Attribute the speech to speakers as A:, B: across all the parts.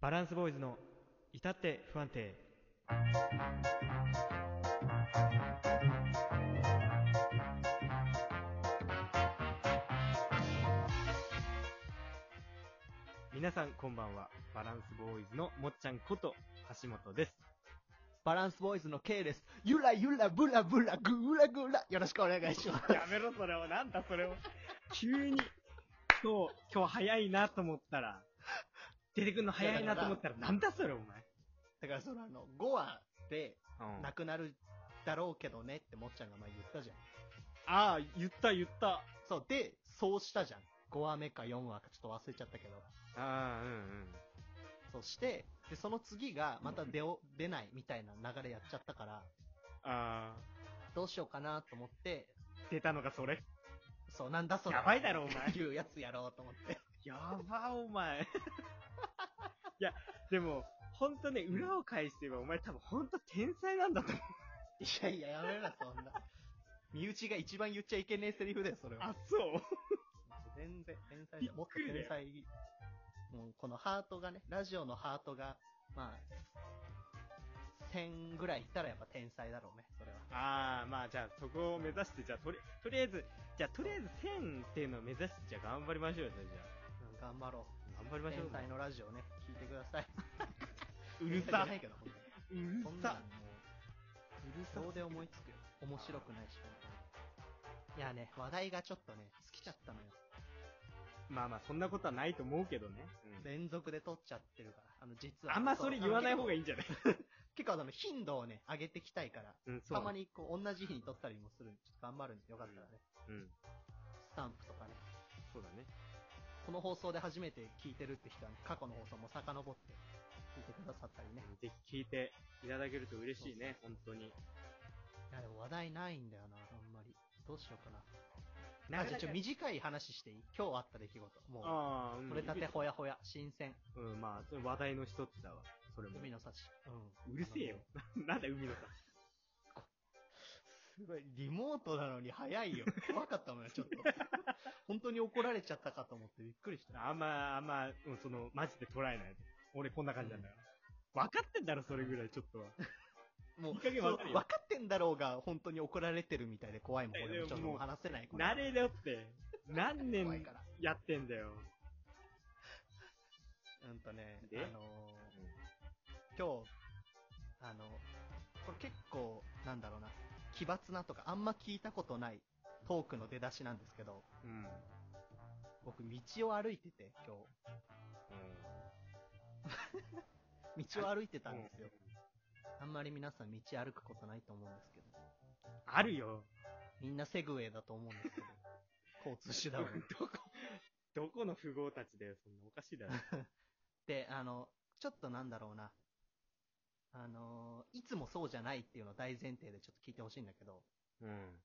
A: バランスボーイズの至って不安定。皆さんこんばんは。バランスボーイズのもっちゃんこと橋本です。
B: バランスボーイズの K です。ゆらゆらぶらぶらぐらぐら。よろしくお願いします。
C: やめろ、それを。なんだ、それを。急に、今日、今日早いなと思ったら、出てくるの早いなと思ったら、なんだ、それ、お前。
B: だからそのあの、5話で
A: うん
B: なくなるだろうけどねってもっちゃんが前言ったじゃん。
C: ああ、言った、言った。
B: そう、で、そうしたじゃん。5話目か4話かちょっと忘れちゃったけど。
A: ああ、うんうん。
B: そうして、で、その次がまた出を、出ないみたいな流れやっちゃったから、
C: ああ、
B: どうしようかなと思って、
C: 出たのがそれ。
B: そう、なんだそれ。
C: やばいだろ、お前。
B: いうや つやろうと思って。
C: やば、お前。 いや、でも、ほんとね、裏を返して言えば、お前多分ほんと天才なんだと思う。
B: いやいや、やめろな、そんな。身内が一番言っちゃいけねえセリフだよ、それは。、
C: そう。
B: 全然、天才
C: び
B: だ
C: っ
B: もっと
C: くりだよ
B: 天才。もう、このハートがね、ラジオのハートが、まあ、1000ぐらいいったらやっぱ天才だろうね、それは。
C: ああ、まあじゃあそこを目指して、じゃあとり、とりあえず、じゃあとりあえず1000っていうのを目指して、じゃあ頑張りましょうよ、じゃ
B: 頑張ろ
C: あ。頑張り
B: う。
C: ましょ
B: 天
C: う。
B: 才のラジオね、聞いてください。
C: うる
B: 天
C: さ
B: 才じゃな。いけど、本当
C: うる
B: に。そんな
C: さ
B: んも。
C: うる
B: う、どうで思いつくよ。面白くないし、本当に。いやね、話題がちょっとね、尽きちゃったのよ。
C: まあまあ、そんなことはないと思うけどね。
B: 連続で撮っちゃってるから。あの、実は。
C: あんまそれ言わない方が
B: いい。
C: いいんじゃない
B: 結構あの、頻度をね、上げてきたいから。
C: うん、
B: たま。にこう同じ日に撮ったりもするんで、ちょっと頑張るんで、よかったらね、
C: うん、
B: スタンプとかね、
C: そうだね。
B: この放送で初めて聞いてるって人は、ね、過去の放送も遡って聞いてくださったりね。
C: ぜひ聞いていただけると嬉しいね、本当に。
B: いや、でも話題ないんだよな、あんまり。どうしようかな。あ、じゃあちょ、短い話していい今日あった出来事。も
C: ああ、う
B: う、
C: ん
B: 取れたてほやほや、新鮮、
C: うん、まあ、それ話題の一つだわ。それも。
B: 海の幸。うん。
C: うるせえよ。 なんだよ海のさ。
B: すごい、リモートなのに早いよ。怖かったもんね、ちょっ と。本当に怒られちゃったかと思ってびっくりした。
C: あんま、あんま、うん、その、マジで捉えない。俺こんな感じなんだよ。分かってんだろ、それぐらい、ちょっとは。
B: もう、
C: いい加減
B: そう
C: わ
B: 分
C: かるよ
B: かってんだろうが、本当に怒られてるみたいで怖いもん、
C: いや
B: 俺もちょっ
C: で
B: と
C: も
B: もう話せない。
C: 慣れだって。何
B: 怖い
C: 年
B: から。
C: やってんだよ。
B: うんとね、あ
C: で
B: のー今日、あの、これ結構、なんだろうな、奇抜なとか、あんま聞いたことないトークの出だしなんですけど、
C: うん。
B: 僕、道を歩いてて、今日。道を歩いてたんですよ。あんまり皆さん道歩くことないと思うんですけど、
C: あるよ。
B: みんなセグウェイだと思うんですけど、交通 手段を。
C: どこ、どこの富豪たちだよ、そんなおかしいだ ろ。
B: で、あの、ちょっとなんだろうな、あのーいつもそうじゃないっていうのを大前提でちょっと聞いてほしいんだけど、
C: うん。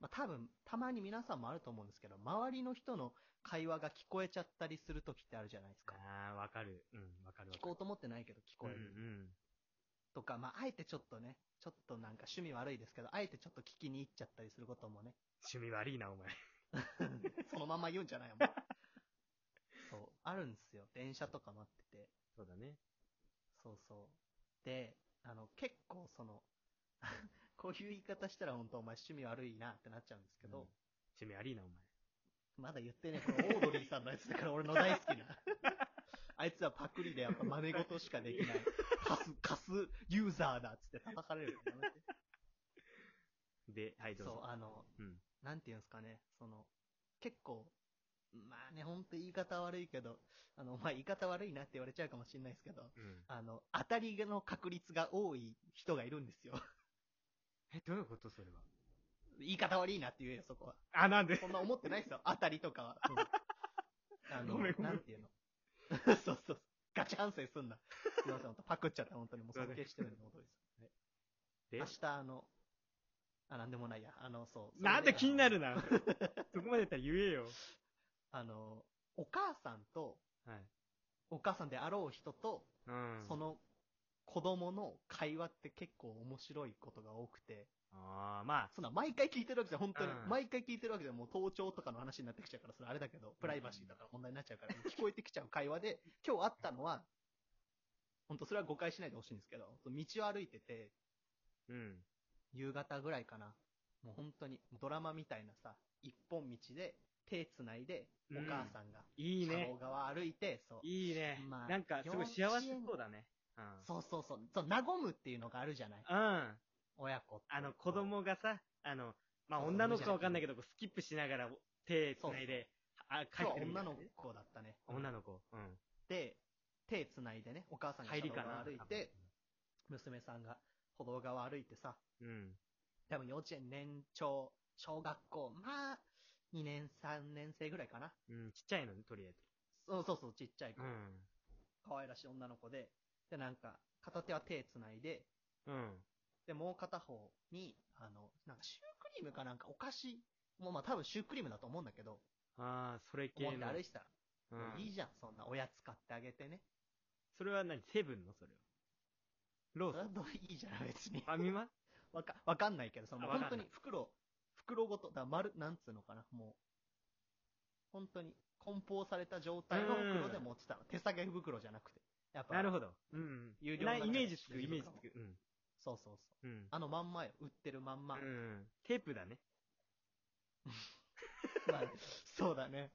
B: まあ、多分、たまに皆さんもあると思うんですけど、周りの人の会話が聞こえちゃったりする時ってあるじゃないですか。
C: ああ、わかる。うん、わかるわかる。
B: 聞こうと思ってないけど聞こえる。
C: うんうん。
B: とか、まあ、あえてちょっとね、ちょっとなんか趣味悪いですけど、あえてちょっと聞きに行っちゃったりすることもね、
C: 趣味悪いな、お前。
B: そのまま言うんじゃない よ、もうそう、あるんですよ。電車とか待ってて。
C: そうだね。
B: そうそう。で、あの、結構その、 こういう言い方したら本当お前趣味悪いなってなっちゃうんですけど、
C: 趣味悪いな、お前。
B: まだ言ってね、これオードリーさんのやつだから俺の大好きな。 あいつはパクリでやっぱ真似事しかできない。カス、カスユーザーだっつって叩かれる。やめて
C: で、はい、どう
B: そう
C: ぞ。、
B: あの、
C: うん
B: なんていうんですかね、その、結構、まあね、ほんと言い方悪いけど、あの、まあ言い方悪いなって言われちゃうかもしれないですけど、
C: うん。
B: あの、当たりの確率が多い人がいるんですよ。
C: え、どういうこと、それは。
B: 言い方悪いなって言えよ、そこは。
C: あ、なんで
B: そんな思ってないですよ、当たりとかは。あの、
C: ごめんごめん
B: なんていうの。 そうそう。ガチ反省すんな。すいません、本当パクっちゃって、本当にもう尊敬してるんで、本当です。
C: で
B: 明日、あの、あ、なんでもないや。あの、そう。それ
C: なんで気にな
B: る
C: る な。そこまでやったら言えよ。
B: あの、お母さんと、
C: はい。
B: お母さんであろう人と、
C: うん
B: その子供の会話って結構面白いことが多くて、
C: ああ、まあ、
B: そんな毎回聞いてるわけじゃ本当に、
C: うん
B: 毎回聞いてるわけじゃもう盗聴とかの話になってきちゃう から、それあれだけど、プライバシーだから問題になっちゃうから、聞こえてきちゃう会話で、今日あったのは、本当それは誤解しないでほしいんですけど、道を歩いてて、
C: うん。
B: 夕方ぐらいかな。もう本当に、ドラマみたいなさ、一本道で、手繋いで、お
C: うん
B: 母さんが、
C: いい
B: 車
C: ね
B: 道。側歩いて、そう。
C: いいね
B: まあ。
C: なんか、すごい幸せそうだね。うん。
B: そうそうそう。そう、和むっていうのがあるじゃない
C: うん。
B: 親子って。
C: あの、子供がさ、あの、まあ、
B: そうそう
C: 女の子かわかんないけど、スキップしながら手繋いで、あ、帰
B: そう
C: ってるみた
B: 女
C: いな
B: の
C: ね。
B: 子だったね。
C: 女の子。うん。
B: で、手繋いでね、お母さんが
C: 入りか
B: 車
C: な
B: 道側歩いて、娘さんが歩道側歩いてさ、
C: うん。
B: 多分幼稚園年長、小学校、まあ、2年、3年生ぐらいかな。
C: うん。ちっちゃいのね、とりあえず。
B: そうそうそう、ちっちゃい子
C: う。ん。
B: 可愛らしい女の子で、で、なんか、片手は手繋いで、
C: うん。
B: で、もう片方に、あの、なんかシュークリームかなんかお菓子、もうまあ多分シュークリームだと思うんだけど、
C: ああ、それ系
B: 持って
C: の。
B: 歩いてたら、
C: う
B: もういい
C: ん。
B: じゃん、そんなおやつ買ってあげてね。
C: それは何セブンのそれは。ロ
B: それ
C: ー
B: は
C: ス。
B: どういいじゃん、別に
C: フ。ァミマ
B: わか、わかんないけど、その、
C: あ
B: 本
C: わ
B: 当
C: かんな
B: に
C: い
B: 袋、袋ごと、だから丸、なんつうのかな、もう、本当に梱包された状態の袋で持ってたの。手提げ袋じゃなくて。やっぱ、
C: なる
B: ほ
C: ほど。うん。
B: 有料
C: な
B: になっ
C: イ
B: ちゃう
C: メージつく、イメージつ
B: 有
C: く。うん。
B: ど。そうそうそう。
C: うん。
B: あのまんまよ、売ってるまんま。
C: うん。テープだね。
B: まあ、そうだね。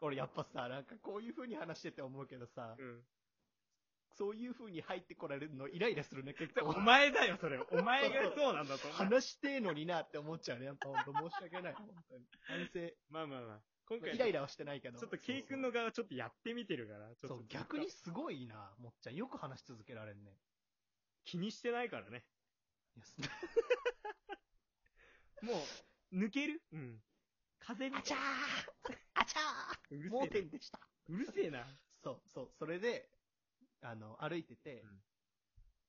B: 俺やっぱさ、なんかこういう風に話してて思うけどさ、
C: うん。
B: そういう風に入ってこられるのイライラするね、結構
C: お。前だよ、それ。お前がそうなんだと思う。
B: 話してえのになって思っちゃうね。やっぱ本当申し訳ない。本当に。反
C: まあまあまあ。今
B: 省。
C: 回、
B: イライラはしてないけど。
C: ちょっと、ケイ君の側ちょっとやってみてるから、ちょ
B: そ
C: っ
B: う。
C: と
B: そう、。逆にすごいな、もっちゃん。よく話し続けられんね。
C: 気にしてないからね。
B: いやす
C: もう、抜けるうん。風み
B: あち
C: た
B: ゃ
C: い
B: ーあちゃ
C: う
B: ー
C: る
B: 盲
C: せえ
B: 点でした。
C: な。うるせえな。
B: そう、そう。それで、あの、歩いてて、
C: うん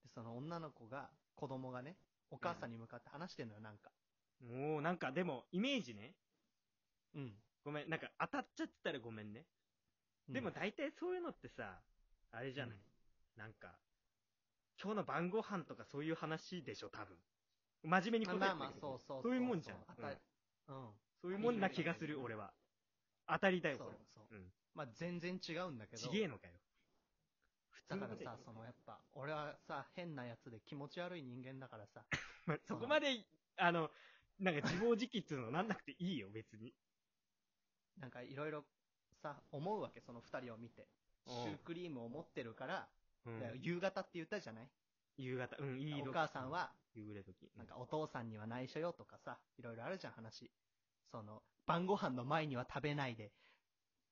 B: でその女の子が、子供がね、お母さんに向かって話してんのよ、なんか。
C: もう、なんかでも、イメージね。
B: うん。
C: ごめん、なんか当たっちゃってたらごめんね。でも大体そういうのってさ、あれじゃない、なんか、今日の晩ご飯とかそういう話でしょ、多分。真面目に答えて
B: まあ
C: た
B: まあ
C: け、ど
B: そうそう
C: そういうもんじゃん
B: 当たりうん。
C: そういうもんな気がする、俺は。当たりだよ、
B: そう
C: これ。
B: そう
C: うん。
B: まあ全然違うんだけど。
C: ちげえのかよ。普のこと言っ
B: だからさ
C: て、
B: そのやっぱ、俺はさ、変なやつで気持ち悪い人間だからさ、
C: まあ そこまで、あの、なんか自暴自棄っつうのなんなくていい よ、別に。
B: なんかいろいろさ、思うわけ、その二人を見て。シュークリームを持ってるから、
C: うん
B: だから夕方って言ったじゃない
C: 夕方、うん、いい
B: お
C: 色
B: 母さん、は、
C: 夕暮れ時。
B: なんかお父さんには内緒よとかさ、いろいろあるじゃん話。その、晩ご飯の前には食べないで、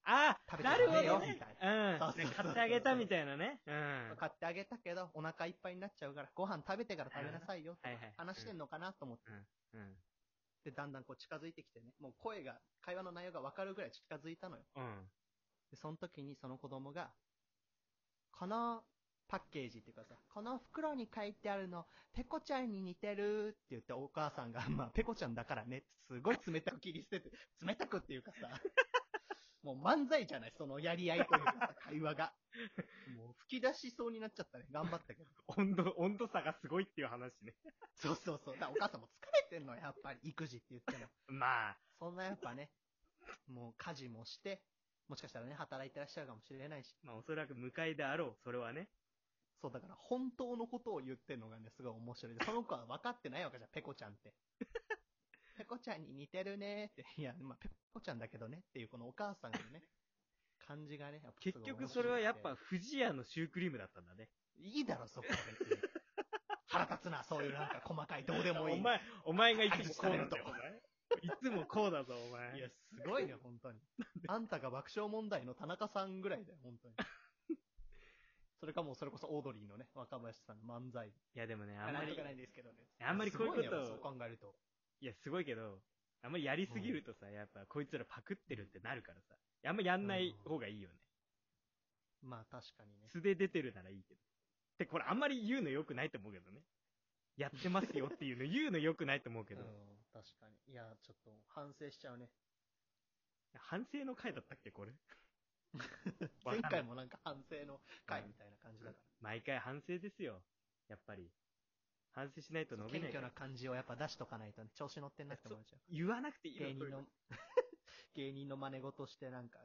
C: あ
B: 食べ
C: な
B: て
C: る
B: も
C: ほ
B: らえよ
C: ど、
B: み
C: ね
B: たい。
C: うん。
B: そうそうそう
C: 買ってあげたみたいなね。うん。
B: な。買ってあげたけど、お腹いっぱいになっちゃうから、ご飯食べてから食べなさいよとか
C: はいはい、
B: 話してんのかなと思って、
C: うん。
B: でだんだんこう近づいてきてね、もう声が、会話の内容がわかるぐらい近づいたのよ。
C: うん。
B: で、その時にその子供が、このパッケージっていうかさ、この袋に書いてあるの、ペコちゃんに似てるって言ってお母さんが、まあ、ペコちゃんだからねってすごい冷たく切り捨てて、冷たくっていうかさ、 もう漫才じゃないそのやり合いというかさ、会話が。もう吹き出しそうになっちゃったね。頑張ったけど。
C: 温度、温度差がすごいっていう話ね。
B: そうそうそう。だからお母さんも疲れてんのよやっぱり。育児って言っても。
C: まあ、
B: そんなやっぱね、もう家事もして、もしかしたらね、働いてらっしゃるかもしれないし、
C: まあおそらく向かいであろう、それはね。
B: そう、だから本当のことを言ってるのがね、すごい面白い。でその子は分かってないわけじゃん、ペコちゃんって。 ペコちゃんに似てるねーって。いや、まあ、ペコちゃんだけどねっていう、このお母さんのね、感じがね、やっぱす
C: 結
B: ごい
C: 局それはやっぱ
B: 面白く
C: 不二家のシュークリームだったんだね。
B: て、いいだろ、そこは別に。腹立つな、そういうなんか細かい、どうでもい
C: お
B: い。
C: 前、お前がいつもこうだ
B: あいつ
C: ぞ
B: だよ、
C: お前。いつもこうだぞ、お前。
B: いや、すごいね、本当に。あんたが爆笑問題の田中さんぐらいだよ、本当に。それかもう、それこそオードリーのね、若林さんの漫才。
C: いやでもね、あ
B: あ
C: ん
B: ん
C: ま
B: ま
C: り
B: り、ないですけどね。
C: あんまりこういうこと
B: すごねそう考えると。
C: いや、すごいけど、あんまりやりすぎるとさ、やっぱこいつらパクってるってなるからさ。あんまやんない方がいいよね。
B: まあ確かにね。
C: 素で出てるならいいけど。で、これあんまり言うの良くないと思うけどね。やってますよっていうの言うの良くないと思うけど
B: うん。、確かに。いや、ちょっと反省しちゃうね。
C: 反省の回だったっけ、これ。わか
B: 前
C: んない
B: 回もなんか反省の回みたいな感じだか
C: 毎回反省ですよ。やっぱり。反省しないと
B: ら。
C: 伸び
B: 謙
C: ないか
B: 虚
C: ら
B: な感じをやっぱ出しとかないとね、調子乗ってんなって思っちゃう。
C: 言わなくていいの
B: 芸人
C: そういう
B: の、芸人の真似事してなんか、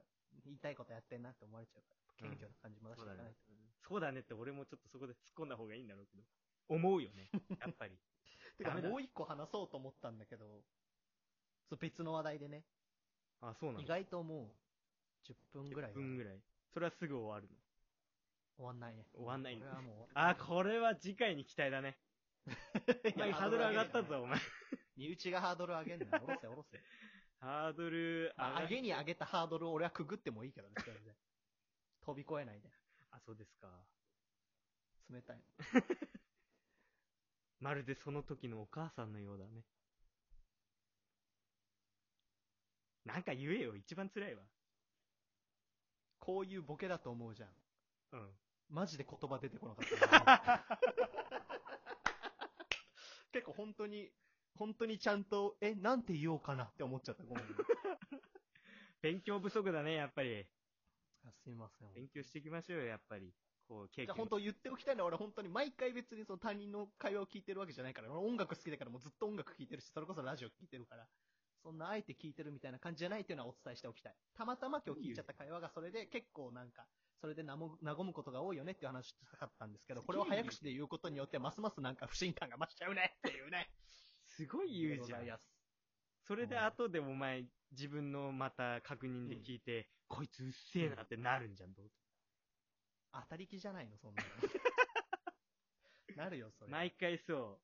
B: 言いたいことやってんなって思われちゃうから。謙虚な感じも出していかないと。
C: そうだねって俺もちょっとそこで突っ込んだ方がいいんだろうけど。思うよ ね。やっぱり。
B: て
C: ダメ
B: か、
C: だ
B: もう一個話そうと思ったんだけど、そう別の話題でね、
C: あ、そうな
B: 意
C: の
B: 外ともう、10分ぐらいは
C: 10分ぐらい。それはすぐ終わるの。
B: 終わんないね。
C: 終わんない
B: こ
C: の
B: れ。はもう、
C: あ、これは次回に期待だね。お前ハードル上がった
B: いや
C: ぞ、お前。
B: 身内がハードル上げんな。おろせ、おろせ。
C: ハードル上
B: まあ
C: が
B: 上げに上げたハードルを俺はくぐってもいいけどね、全然。 飛び越えないで。
C: あ、そうですか。
B: 冷たい。
C: まるでその時のお母さんのようだね。なんか言えよ、一番辛いわ。
B: こういうボケだと思うじゃん。
C: うん。
B: マジで言葉出てこなか った。結構本当に、本当にちゃんと、え、なんて言おうかなって思っちゃった。ごめん。
C: 勉強不足だね、やっぱり。
B: あすいません。
C: 勉強していきましょうよ、やっぱり。こう、経
B: じゃあ
C: 験。
B: 本当言っておきたいのは俺本当に毎回別にその他人の会話を聞いてるわけじゃないから、俺音楽好きだからもうずっと音楽聞いてるし、それこそラジオ聞いてるから、そんなあえて聞いてるみたいな感じじゃないっていうのはお伝えしておきたい。たまたま今日聞いちゃった会話がそれで結構なんか、それでなも和むことが多いよねっていう話したかったんですけど、これを早口で言うことによってますますなんか不信感が増しちゃうねっていうね。
C: すごい 言うじゃん。それで後でお前、自分のまた確認で聞いて、こいつうっせえなってなるんじゃん、どう
B: 当たり気じゃないの、そんな の。なるよ、それ。
C: 毎回そ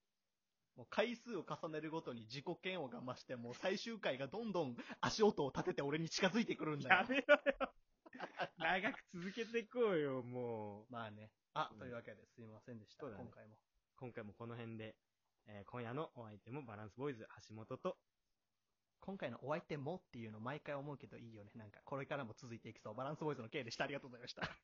C: う。
B: もう回数を重ねるごとに自己嫌悪が増して、もう最終回がどんどん足音を立てて俺に近づいてくるんだ
C: や
B: よ。
C: めろよ。 長く続けていこうよ、もう。
B: まあね。あ
C: う、ん
B: というわけですいませんでした、
C: そうだね
B: 今回も。
C: 今回もこの辺で、えー今夜のお相手もバランスボーイズ橋本と、
B: 今回のお相手もっていうの毎回思うけどいいよね。なんかこれからも続いていきそう。バランスボーイズの K でした。ありがとうございました。